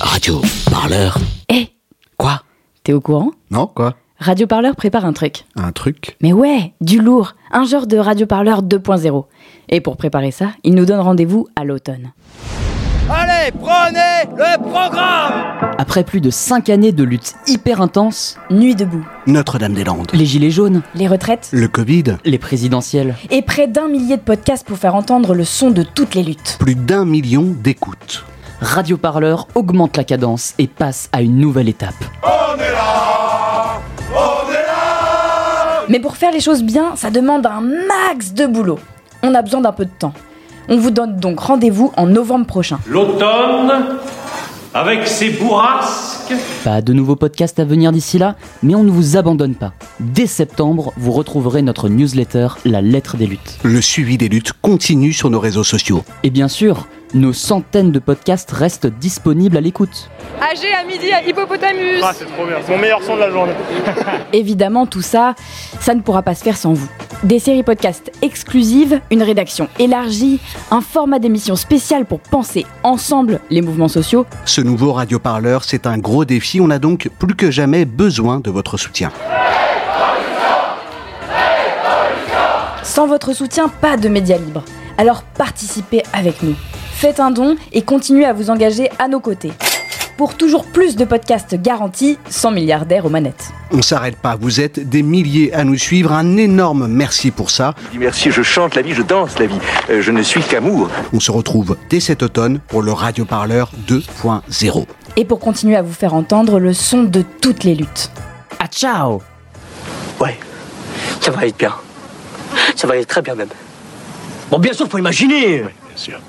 Radio Parleur. Eh, Quoi t'es au courant Non, quoi Radio Parleur prépare un truc. Un truc Mais ouais, du lourd, un genre de Radio Parleur 2.0. Et pour préparer ça, il nous donne rendez-vous à l'automne. Allez, prenez le programme Après plus de 5 années de lutte hyper intense, Nuit debout, Notre-Dame-des-Landes. les gilets jaunes, les retraites Le Covid. les présidentielles, et près d'un millier de podcasts pour faire entendre le son de toutes les luttes. Plus d'un million d'écoutes. Radio Parleur augmente la cadence et passe à une nouvelle étape. Mais pour faire les choses bien, ça demande un max de boulot. On a besoin d'un peu de temps. On vous donne donc rendez-vous en novembre prochain. L'automne, avec ses bourrasques, Pas de nouveaux podcasts à venir d'ici là, mais on ne vous abandonne pas. Dès septembre, vous retrouverez notre newsletter La Lettre des Luttes. Le suivi des luttes continue sur nos réseaux sociaux. Et bien sûr, nos centaines de podcasts restent disponibles à l'écoute. AG à midi à Hippopotamus. Évidemment, tout ça, ça ne pourra pas se faire sans vous. Des séries podcasts exclusives, une rédaction élargie, un format d'émission spéciale pour penser ensemble les mouvements sociaux. Ce nouveau radioparleur, c'est un gros défi. On a donc plus que jamais besoin de votre soutien. Sans votre soutien, pas de médias libres. Alors participez avec nous. Faites un don et continuez à vous engager à nos côtés. Pour toujours plus de podcasts garantis, 100 milliardaires aux manettes. On s'arrête pas. Vous êtes des milliers à nous suivre. Un énorme merci pour ça. Je dis merci, je chante la vie, je danse la vie, Euh, je ne suis qu'amour. On se retrouve dès cet automne pour le radioparleur 2.0. et pour continuer à vous faire entendre le son de toutes les luttes. À ciao Ouais, ça va être bien. Ça va être très bien même. Bon, bien sûr, faut imaginer. bien sûr.